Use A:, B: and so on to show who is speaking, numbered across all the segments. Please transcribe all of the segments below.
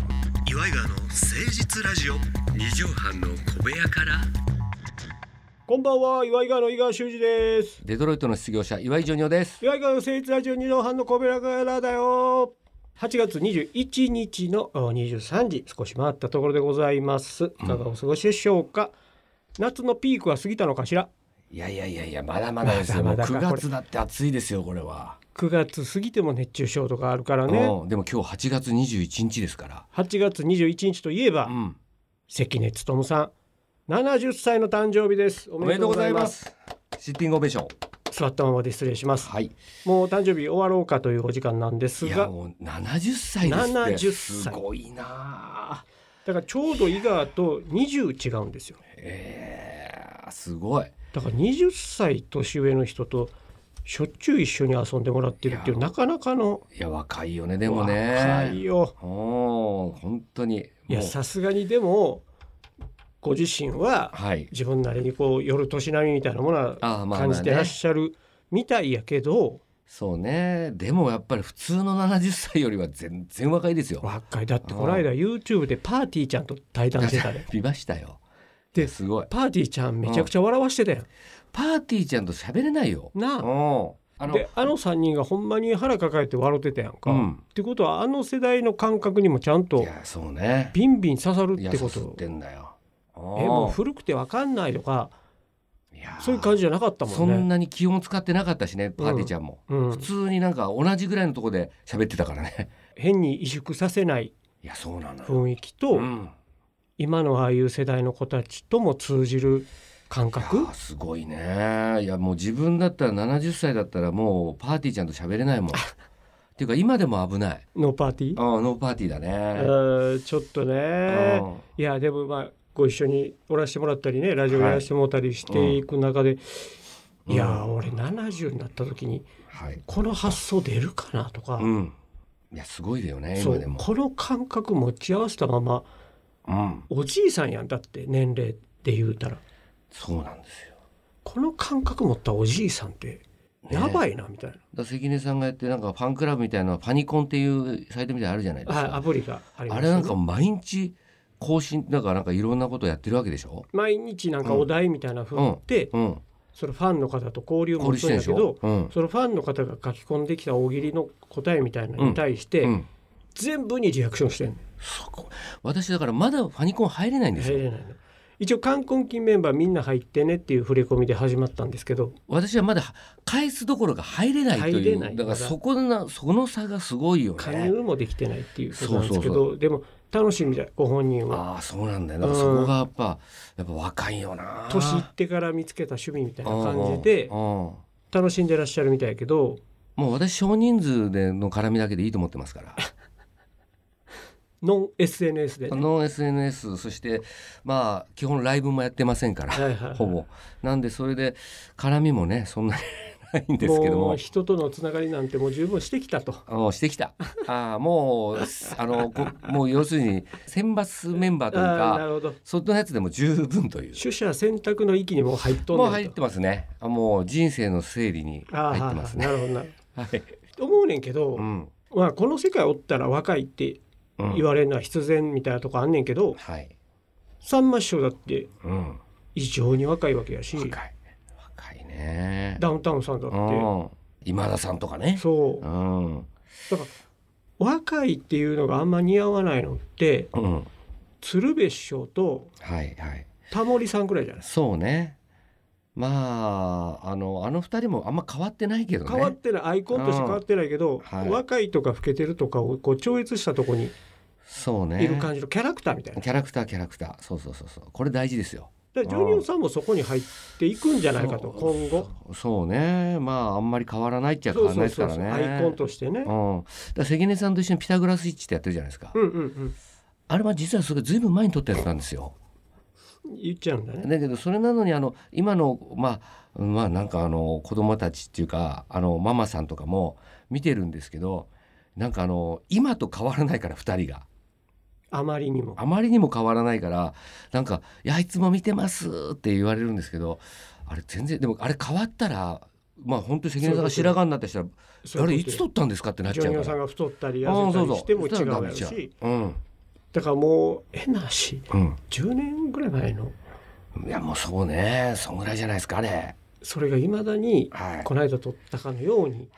A: イガーの誠実ラジオ二畳半の小部屋から
B: こんばんは、岩井川の井川修司です。
C: デトロイトの失業者岩井ジョニオです。
B: 岩井川の誠実ラジオ二の半の小部屋からだよ。8月21日のお23時、少し回ったところでございます。いかがお過ごしでしょうか、夏のピークは過ぎたのかしら
C: いやいやいやいやまだまだですよ。
B: ま
C: もう
B: だまだ
C: 9
B: かこれ
C: 月だって暑いですよこれは。
B: ?9 月過ぎても熱中症とかあるからね。
C: うんでも今日8月21日ですから。
B: 8月21日といえば、
C: うん。
B: 関根勤さん、70歳の誕生日です。お
C: おめ
B: めで
C: でと
B: とう
C: うご
B: ござ
C: ざ
B: い
C: い
B: ま。
C: ますす。シッティングオベーション。
B: 座ったままで失礼します。
C: はい。
B: もう誕生日終わろうかというお時間なんで
C: い
B: す
C: や
B: が、
C: もう70歳ですって。
B: 70歳
C: すごいなあ。
B: だからちょうど井川と20違うんですよ。
C: ええすごい。
B: だから20歳年上の人としょっちゅう一緒に遊んでもらってるってい
C: い
B: うなかなかの
C: いや若いよねでもね。
B: 若いよ。
C: おー本当に。
B: いや
C: もう
B: さすがにでもご自身は
C: はい。
B: 自分なりにこう夜年並みみたいなものは
C: あーまあまあね
B: 感じてらっしゃるみたいやけど
C: そうね。でもやっぱり普通の70歳よりは全然若いですよ。
B: 若いだってこの間 YouTube でパーティーちゃんと対談して たで
C: 見ましたよ。
B: です
C: ごい。
B: パーティーちゃんめちゃくちゃ笑わしてたや
C: パーティーちゃんと喋れないよ。
B: ん
C: う
B: なあ
C: ん。あの
B: であの3人がほんまに腹抱えて笑ってたやんか、
C: う
B: っ
C: ん。
B: てことはあの世代の感覚にもちゃん
C: い
B: と
C: やそうね。
B: ビンビン刺さる
C: い
B: っ
C: や
B: てこ
C: すすっ
B: と
C: てんだよ。え
B: えもう古くてわかんないとか
C: いや
B: そういう感じじゃなかったも
C: そ
B: んね。
C: んなに気温使ってなかったしねパーティーちゃんも。
B: うん
C: 普通になんか同じぐらいのとこで喋ってたから ね。
B: 変に萎縮させない
C: いやそうなのよ。
B: 雰囲気と、
C: うん。
B: 今のああいう世代の子たちとも通じる感
C: い
B: 覚
C: やすごいね。いやもう自分だったら70歳だったらもうパーティーちゃんと喋れない もん。っていうか今でも危ない。
B: のパーティー
C: ああノーパーティーだ
B: え
C: ね。
B: ーちょっとね
C: うん
B: いやでもまあご一緒におらしてもらったりねラジオやらしてもらったりしていく中で、
C: うん
B: いやー俺70になった時に
C: はい。
B: この発想出るかなとか、
C: うん。いやすごいよね
B: そ
C: 今
B: う
C: でも。
B: この感覚持ち合わせたまま
C: うん。
B: おじいさんやんだって年齢で言うたら
C: そうなんですよ。
B: この感覚持ったおじいさんってやばいなみたいな、
C: だから関根さんがやってなんかファンクラブみたいなパニコンっていうサイトみたいなのあるじゃないです
B: はいア
C: か。
B: プリがあります
C: あれなんか毎日更新だからなんかいろんなことやってるわけでしょ。
B: 毎日なんかお題みたいな振って、
C: うん。
B: そのファンの方と交流
C: 交
B: も
C: 流
B: す
C: して
B: るん
C: んで
B: だ
C: し
B: け
C: ょ
B: ど。
C: うん。
B: そのファンの方が書き込んできた大喜利の答えみたいなのに対して、
C: うん。
B: 全部にリアクションしてる
C: そこ。私だからまだファニコン入れないん
B: の
C: です
B: 入
C: よ。
B: れないの一応冠婚金メンバーみんな入ってねっていう触れ込みで始まったんですけど
C: 私はまだ返すどころが入れないと
B: 入
C: い
B: れ
C: う。
B: ない
C: だからそこなその差がすごいよ
B: 加
C: ね
B: 入。もできてないっていうことなんですけど
C: そう
B: でも楽しみだご本人は
C: ああそうなんだよ。だからそこがやっぱやっぱ若いよな。
B: 年いってから見つけた趣味みたいな感じで
C: うんうんうん
B: 楽しんでらっしゃるみたいやけど
C: もう私少人数での絡みだけでいいと思ってます から。
B: ノン SNS で、ね、
C: ノン SNS そしてまあ基本ライブもやってませんから、
B: はいはいはい
C: ほぼなんでそれで絡みもねそんなに ないんですけど
B: もう
C: も
B: 人とのつながりなんてもう十分してきたと
C: もうしてきたああもうあのこもう要するに選抜メンバーという
B: あーな
C: か
B: るほど
C: そっちのやつでも十分という
B: 取捨選択の域にもう入っとんねんと
C: もう入ってますねあもう人生の整理に
B: あー
C: 入ってますね
B: なるほどなる
C: はい、
B: ほど思うねんけど、
C: うん
B: まあ、この世界おったら若いって
C: うん
B: 言われるのは必然みたいなとこあんねんけど、
C: はい、
B: さんま師匠だって
C: うん、
B: 異常に若いわけやし
C: 若い若いね
B: ダウンタウンさんだっ
C: う
B: て
C: ん今田さんとかねう
B: そう
C: ん
B: だから若いっていうのがあんま似合わないのって
C: うん
B: 鶴瓶師匠と
C: はいはい
B: タモリさんぐらいじゃないですか
C: そうね。まあ、あの、あの二人もあんま変わってないけどね。
B: 変わってないアイコンとして変わってないけ
C: う
B: ど、
C: んはい
B: 若いとか老けてるとかをこう超越したとこに
C: そうね。
B: いる感じのキャラクターみたいな、
C: キャラクター、キャラクター。そうそうそうそう。これ大事ですよ。
B: だからジョニオさんもそこに入っていくんじゃないかと
C: そう
B: 今後。
C: そうそうね。まあ、あんまり変わらないっちゃ変わらないですからね。
B: アイコンとしてね、
C: うん、だから関根さんと一緒にピタゴラスイッチってやってるじゃないですか、
B: うんうん
C: あれは実はそれずいぶん前に撮ったやつなんですよ
B: うん言っちゃうんだね
C: だけどそれなのにあの今のまあまあなんかあの子供たちっていうかあのママさんとかも見てるんですけどなんかあの今と変わらないから二人が
B: あまりにも
C: あまりにも変わらないからなんか「いやいつも見てます」って言われるんですけどあれ全然でもあれ変わったらまあ本当に関根さんが白髪になったりしたら「
B: そう
C: あれ
B: う
C: い
B: こと
C: つ撮ったんですか?」ってなっ
B: ジ
C: ちゃう
B: ョニ
C: か
B: オさん
C: ら。
B: が太ったり
C: うん
B: 痩せたりしても違
C: そしたらダ
B: う
C: メ
B: や
C: じ
B: し
C: ゃんうん
B: だからもう変な話
C: うん
B: 10年ぐらい前の
C: いやもうそうねそんぐらいじゃないですかね
B: それがいまだに
C: はい
B: この間撮ったかのように、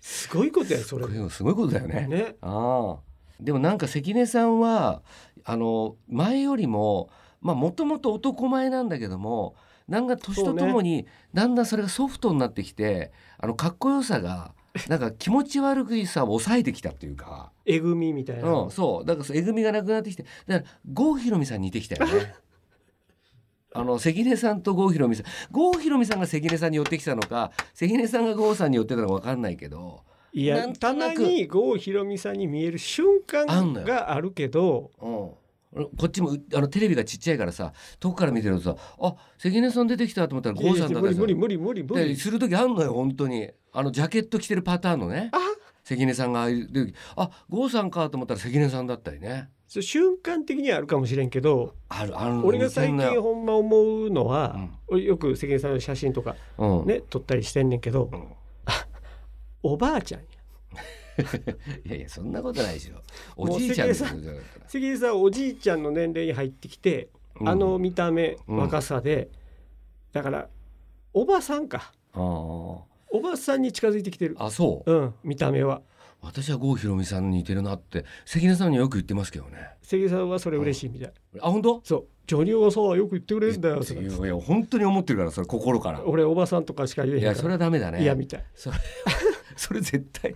B: すごいことやそれ
C: これすごいことだよね
B: ね
C: ああでもなんか関根さんはあの前よりもまあもともと男前なんだけどもなんか年とともにだんだんそれがソフトになってきて、あのかっこよさがなんか気持ち悪くさを抑えてきたっていうか、
B: えぐみみたいな、
C: うん、そうだからそのえぐみがなくなってきてだから郷ひろみさんに似てきたよ ね。あの関根さんと郷ひろみさん郷ひろみさんが関根さんに寄ってきたのか関根さんが郷さんに寄ってたのか分かんないけど、
B: い
C: な
B: や
C: ん
B: た
C: と
B: ま
C: なく
B: に郷ひろみさんに見える瞬間
C: あんのよ
B: があるけど
C: うん、こっちもうあのテレビがちっちゃいからさ遠くから見てるとさあ関根さん出てきたと思ったら
B: いや
C: 郷
B: い
C: さ
B: や
C: んだった
B: 無
C: り
B: 理
C: する
B: 無理無理無理無
C: で
B: 理
C: する時あんのよ本当にあのジャケット着てるパターンのね
B: あ
C: 関根さんがああいう時あ郷さんかと思ったら関根さんだったりね
B: そう瞬間的にはあるかもしれんけど
C: あるある
B: 俺が最近ほんま思うのは、
C: うん
B: 俺よく関根さんの写真とか
C: うん、
B: ね撮ったりしてんねんけど
C: うん
B: おばあちゃんや
C: いやいやそんなことないでしょおじいちゃんですよだから
B: 関根さんおじいちゃんの年齢に入ってきて、
C: うん
B: あの見た目
C: うん
B: 若さで、だからおばさんか
C: あ
B: おばさんに近づいてきてる
C: ああそう
B: うん見た目は
C: 私は郷ひろみさんに似てるなって関根さんにはよく言ってますけどね
B: 関根さんはそれ嬉しいみたい、
C: あ本当
B: そうジョニオはそうよく言ってくれるんだ
C: い
B: よ
C: やいや本当に思ってるからそれ心から
B: 俺おばさんとかしか言えへ
C: い
B: ん
C: や
B: か
C: それ
B: ら
C: はダメだね
B: 嫌みたい
C: それ それ絶対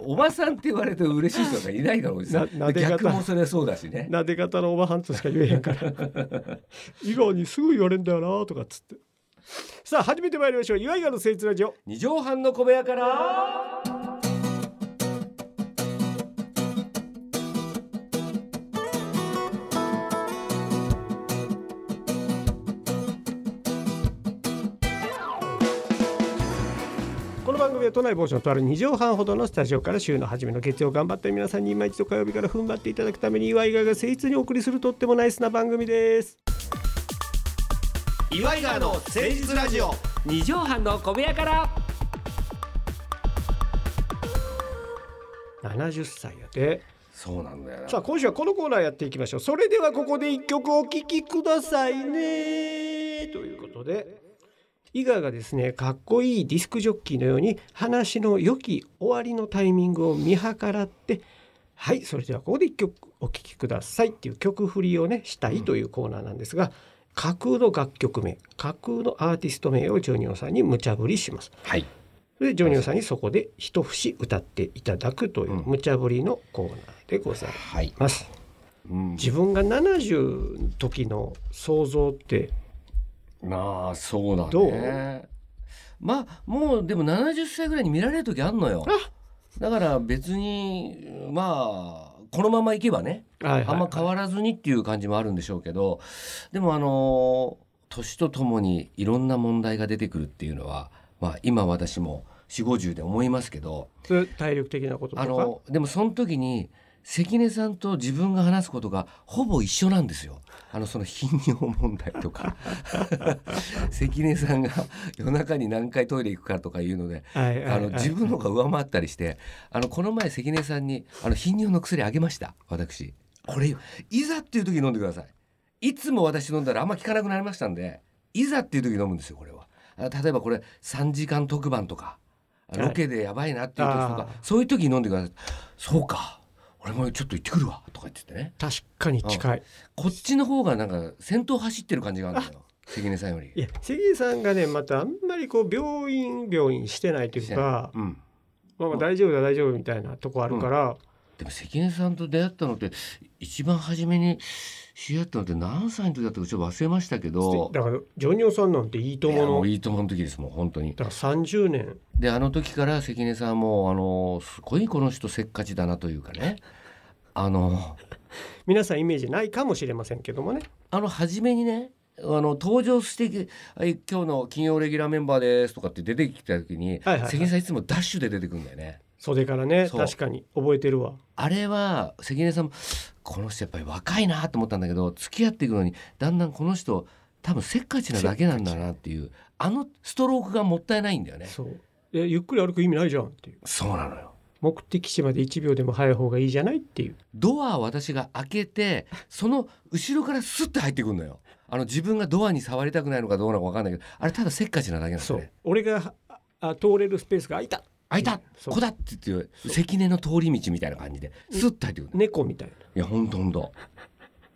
C: おばさんって言われて嬉しい人がいないからおじさん
B: ななで方
C: 逆もそれはそうだしね
B: なで方のおばはんとしか言えへ んから以外にすぐ言われんだよなとかっつってさあ始めてまいりましょう岩井川の誠実ラジオ
C: 二畳半の小部屋から
B: この番組は都内某所のとある2畳半ほどのスタジオから週の初めの月曜頑張った皆さんに今一度火曜日から踏ん張っていただくために岩井川が誠実にお送りするとってもナイスな番組です
C: 岩井川の誠実ラジオ二畳半の小部屋から
B: 70歳やで
C: そうなんだよな
B: さあ今週はこのコーナーやっていきましょうそれではここで一曲お聴きくださいねということで伊賀がですねかっこいいディスクジョッキーのように話の良き終わりのタイミングを見計らってはいそれではここで一曲お聴きくださいっていう曲振りをねしたいというコーナーなんですが、架空の楽曲名架空のアーティスト名をジョニオさんに無茶振りします
C: はい
B: それでジョニオさんにそこで一節歌っていただくという
C: うん
B: 無茶振りのコーナーでござい
C: はい、
B: ます。
C: うん、
B: 自分が70の時の想像って
C: まあそうだ
B: ど
C: ね
B: う
C: まあもうでも70歳ぐらいに見られる時あんのよ
B: あ
C: だから別にまあこのままいけばね あんま変
B: わ
C: わらずにっていう感じもあるんでしょうけどでもあの年とともにいろんな問題が出てくるっていうのは、まあ、今私も4 5 0で思いますけど
B: る体力的なこととか
C: あのでもその時に関根さんと自分が話すことがほぼ一緒なんですよ。あのその頻尿問題とか関根さんが夜中に何回トイレ行くかとかいうので
B: はいはいはい
C: あの自分の方が上回ったりして、あのこの前関根さんにあの頻尿の薬あげました。私、これいざっていう時に飲んでください。いつも私飲んだらあんま効かなくなりましたんで、いざっていう時に飲むんですよ。これは。あ例えばこれ3時間特番とか、あ
B: はい
C: ロケでやばいなっていう時とか
B: あ、
C: そういう時に飲んでください。そうか。俺もちょっと行ってくるわとか言ってね。
B: 確かに近い、
C: こっちの方がなんか先頭走ってる感じがあるん だよ。関根さんより。
B: いや関根さんがねまたあんまりこう病院病院してないというか
C: うん。
B: まあまあ大丈夫だ大丈夫みたいなとこあるから、
C: でも関根さんと出会ったのって一番初めに知り合ったのって何歳の時だったかちょっと忘れましたけど
B: だからジョニオさんなんていい
C: い
B: と
C: や
B: も
C: も
B: の
C: ういいともの時ですもう本当に
B: だから30年
C: であの時から関根さんはもうあのすごいこの人せっかちだなというかねあの
B: 皆さんイメージないかもしれませんけどもね
C: あの初めにねあの登場してきはい「今日の金曜レギュラーメンバーです」とかって出てきた時に、
B: はいはいはい
C: 関根さんいつもダッシュで出てくるんだよね。
B: 袖からね
C: そう
B: 確かに覚えてるわ
C: あれは関根さんもこの人やっぱり若いなと思ったんだけど付き合っていくのにだんだんこの人多分せっかちなだけなんだなっていうあのストロークがもったいないんだよね
B: そうえゆっくり歩く意味ないじゃんっていう
C: そうなのよ
B: 目的地まで1秒でも早い方がいいじゃないっていう
C: ドアを私が開けてその後ろからスッて入ってくるのよあの自分がドアに触りたくないのかどうなのか分かんないけどあれただせっかちなだけなんです
B: そう
C: ね
B: 俺がああ通れるスペースが空いた
C: 開いた
B: そう
C: こだって言って関根の通り道みたいな感じでスッて入ってくるの
B: 猫みたいな、
C: いやほんとほんと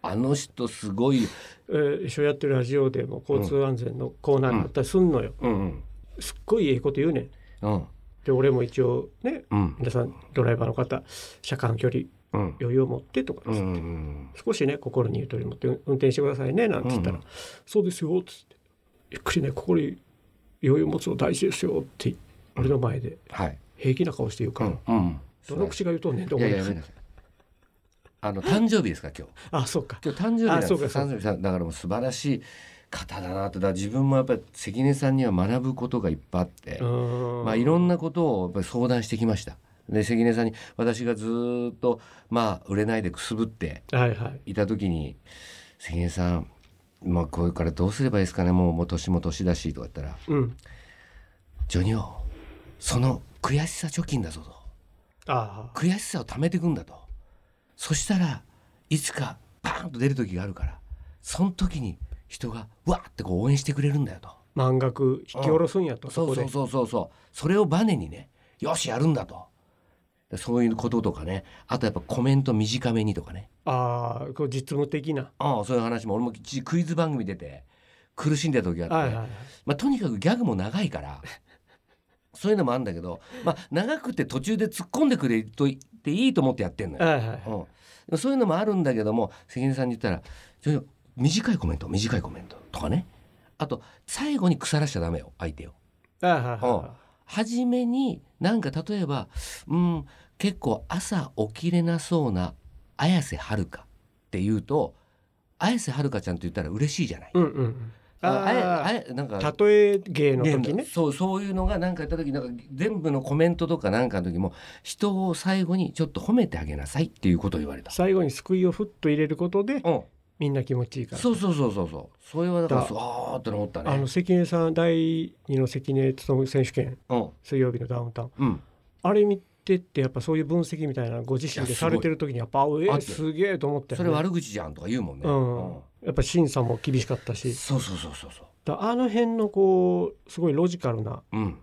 C: あの人すごい
B: えー一緒やってるラジオでも交通安全のコーナーになったりすんのよ、
C: うんうん
B: すっごいええこと言うねん
C: うん
B: で俺も一応ね
C: うん
B: 皆さんドライバーの方車間距離
C: うん
B: 余裕を持ってとか、
C: うんうん
B: 少しね心にゆとり持って運転してくださいねなんて言ったら「
C: うん
B: そうですよ」っつって「ゆっくりね心に余裕持つの大事ですよ」って俺の前で
C: はい
B: 平気な顔して言うから、
C: うん
B: どの口が言うとんねんと
C: い
B: 思
C: やい
B: って
C: ややめなさいあの誕生日ですか今日
B: あそうか
C: 今日誕生日なんです
B: あそうかそう
C: 誕生日さんだからもう素晴らしい方だなとだから自分もやっぱり関根さんには学ぶことがいっぱいあって、ま
B: ま
C: あ、いろんなことをやっぱり相談してきましたで関根さんに私がずーっと、まあ、売れないでくすぶって
B: はいはい
C: いた時に関根さんまあこれからどうすればいいですかねもうもう年も年だしとか言ったら
B: うん
C: 「ジョニオその悔しさ貯金だぞ」と。
B: ああ
C: 悔しさを溜めていくんだとそしたらいつかバーンと出る時があるからその時に人がわーってこう応援してくれるんだよと
B: 満額引き下ろすんやとそ
C: そう
B: こ
C: そ
B: で
C: うそうそうそうそれをバネにねよしやるんだとでそういうこととかねあとやっぱコメント短めにとかね
B: ああこう実務的な
C: ああそういう話も俺も一時クイズ番組出て苦しんでた時があって、
B: はいはいはい
C: まあ、とにかくギャグも長いからそういうのもあるんだけど、まあ、長くて途中で突っ込んでくれといていいと思ってやってんのよ。
B: はいはい
C: うんでも、そういうのもあるんだけども関根さんに言ったらちょ「短いコメント短いコメント」とかねあと最後に腐らしちゃダメよ相手を。
B: はいはいは
C: 初めになんか例えばうん結構朝起きれなそうな綾瀬はるかって言うと綾瀬はるかちゃんと言ったら嬉しいじゃない。
B: いうんうんうん
C: あや
B: あ
C: あやなんか
B: あ例え芸の時ね
C: そうそういうのが何かやった時なんか全部のコメントとかなんかの時も人を最後にちょっと褒めてあげなさいっていうことを言われた。
B: 最後に救いをふっと入れることで
C: うん
B: みんな気持ちいいから
C: そうそうそうそうそう。それはだから
B: だ
C: そうあーって思った
B: あ
C: ね
B: の。関根さん第二の関根勤選手権
C: うん
B: 水曜日のダウンタウン
C: うん。
B: あれ見てってやっぱそういう分析みたいなのご自身
C: い
B: で
C: や
B: されてる時にやっぱあえ
C: あ
B: ー
C: って
B: すげえと思ったよ
C: そ
B: ね
C: れ悪口じゃんとか言うもんね。
B: うんやっぱ審査も厳しかっ
C: う
B: た
C: ん
B: し
C: そうそうそうそうそ
B: だあの辺のこうすごいロジカルな
C: う。うん。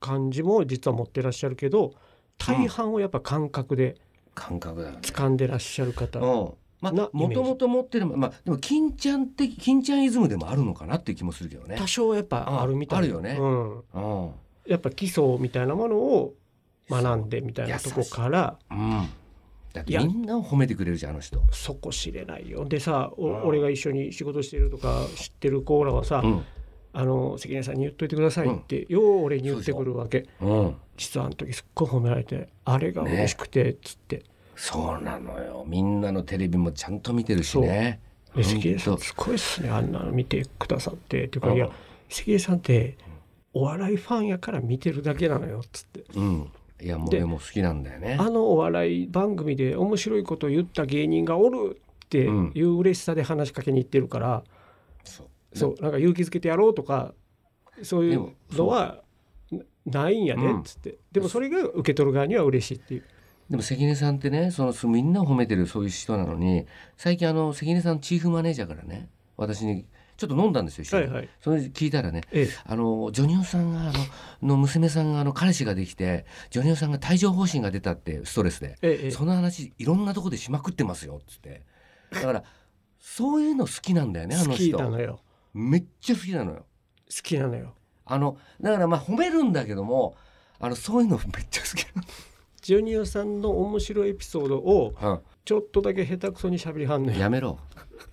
B: 感じも実は持ってらっしゃるけど大半をやっぱ感覚で
C: 感覚だよね。
B: 掴んでらっしゃる方、
C: うん。まあ
B: なイメ
C: も
B: ージ
C: ともと持ってるまあでも金ちゃん的金ちゃんイズムでもあるのかなっていう気もするけどね
B: 多。少やっぱあるみたい
C: あるよね
B: うん、
C: うん。うん。
B: やっぱ基礎みたいなものを学んでみたいなとこから
C: だってみんなを褒めてくれるじゃんあの人。
B: そこ知れないよでさお
C: うん
B: 俺が一緒に仕事してるとか知ってるコーラはさ、
C: うん。
B: あの関根さんに言っといてくださいって、よう俺に言ってくるわけ
C: うん。
B: 実はあの時すっごい褒められてあれが嬉しくてっつって、
C: そうなのよ。みんなのテレビもちゃんと見てるしね。
B: で関根さ
C: ほ
B: ん
C: と
B: すごいっすねあんなの見てくださってっていうか
C: うん
B: いや関根さんってお笑いファンやから見てるだけなのよっつって
C: うん。いやもう
B: で
C: 俺も好きなんだよね。
B: あのお笑い番組で面白いことを言った芸人がおるっていう嬉しさで話しかけに行ってるから、
C: そう。
B: そうなんか勇気づけてやろうとかそうい
C: で
B: う
C: もそう
B: のはなないんやでっつって、でもそれが受け取る側には嬉しいっていう
C: でも関根さんってねそのすみんなを褒めてるそういう人なのに最近あの関根さんのチーフマネージャーからね私にちょっと飲んだんですよ一緒に、
B: はいはい
C: それで聞いたらね
B: ええ
C: あのジョニオさんがあのの娘さんがあの彼氏ができてジョニオさんが帯状疱疹が出たってストレスで、
B: ええええ
C: その話いろんなとこでしまくってますよっつってだからそういうの好きなんだよねあ
B: 好
C: の
B: き
C: 人
B: なのよ
C: めっちゃ好きなのよ
B: 好きなのよ
C: あのだからまあ褒めるんだけどもあのそういうのめっちゃ好きな
B: ジョニオさんの面白いエピソードを
C: の、うん
B: ちょっとだけ下手くそにしゃべりはんのよ
C: やめろ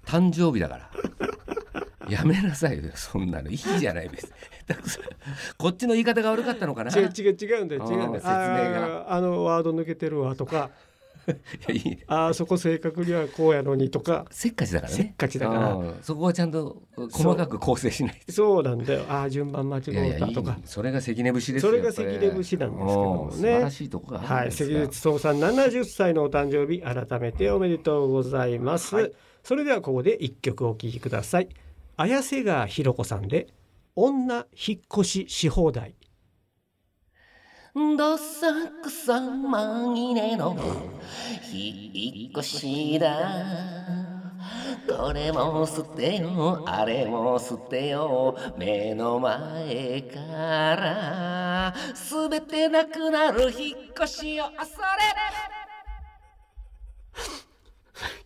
C: 誕生日だからやめなさいよそんなのいいじゃない別に 下手くそこっちの言い方が悪かったのかな
B: 違う違う違うんだよ
C: あ
B: 違
C: ー
B: うんだよ
C: 説明が
B: あーあのワード抜けてるわとか
C: いやいい
B: あーそこ正確にはこうやのにとか
C: せっかちだからね
B: せっかちだから
C: うんそこはちゃんと細かく構成しない
B: そうなんだよあー順番間違
C: いやい
B: え
C: や
B: た
C: いい
B: とか
C: それが関根節です
B: そ
C: よ
B: れが関根節なんですけど
C: う
B: もね
C: ん素晴らしいとこがあ
B: は
C: る
B: い
C: んです
B: 関
C: よ
B: 根総さん70歳のお誕生日改めておめでとうございます、
C: はい
B: それではここで一曲お聴きください綾瀬川ひろ子さんで女引っ越しし放題
D: どさくさ紛れの引っ越しだこれも捨てよあれも捨てよ目の前からすべてなくなる引っ越しを恐れ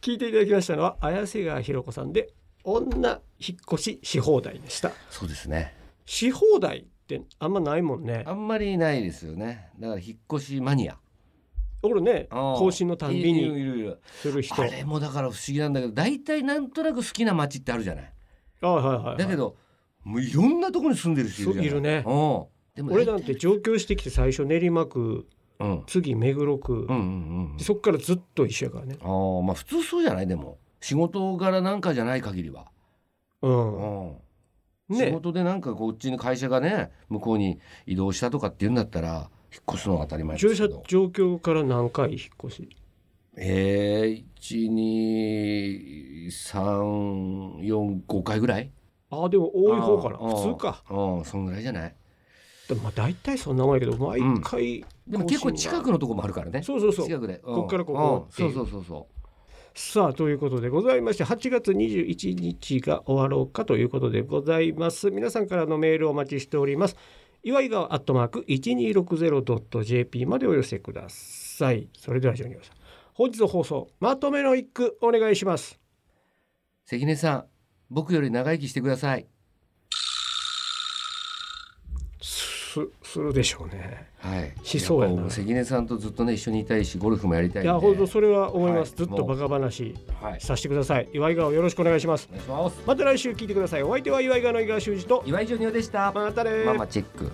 B: 聞いていただきましたのは綾瀬川ひろ子さんで女引っ越しし放題でした
C: そうですね
B: し放題ってあんまないもんね
C: あんまりないですよねだから引っ越しマニア
B: 俺ね
C: うん
B: 更新のたんび
C: いる
B: に
C: いるいる
B: する人
C: あれもだから不思議なんだけど大体なんとなく好きな街ってあるじゃない
B: あはいはいはい
C: だけどもういろんなとこに住んでる人いるじゃない
B: そういるね
C: うんでも
B: 俺なんて上京してきて最初練馬区
C: うんうん
B: 次目黒区、
C: うんうん
B: そっからずっと一緒やからね
C: あーまあ普通そうじゃないでも仕事柄なんかじゃない限りは、
B: うん
C: うん仕
B: ね
C: 事でなんかこっちの会社がね向こうに移動したとかって言うんだったら引っ越すのが当たり前です
B: 駐車
C: けど
B: 状況から何回引っ越し
C: えー、12345回ぐらい
B: ああでも多い方かな
C: うん
B: 普通か
C: うんそんぐらいじゃない
B: でもまあ大体そんなもんやけど毎回、
C: でも結構近くのとこもあるからね
B: そうそうそう
C: 近くで、うん
B: こっからここっていう
C: うんそうそうそうそ
B: さあということでございまして8月21日が終わろうかということでございます皆さんからのメールをお待ちしております岩井川アットマーク 1260.jp までお寄せくださいそれではジョニオさん本日の放送まとめの一句お願いします
C: う関根さん僕より長生きしてください
B: すするでしょうね
C: はい
B: しそうやな
C: っぱ僕関根さんとずっとね一緒にいたいしゴルフもやりたいんで
B: いや本当それは思います、
C: はい
B: ずっとバカ話
C: はい
B: させてください岩井川よろしくお願いします
C: お願いします
B: また来週聞いてくださいお相手は岩井川の井川修司と
C: 岩井ジョニオでした
B: またねー
C: ママチェック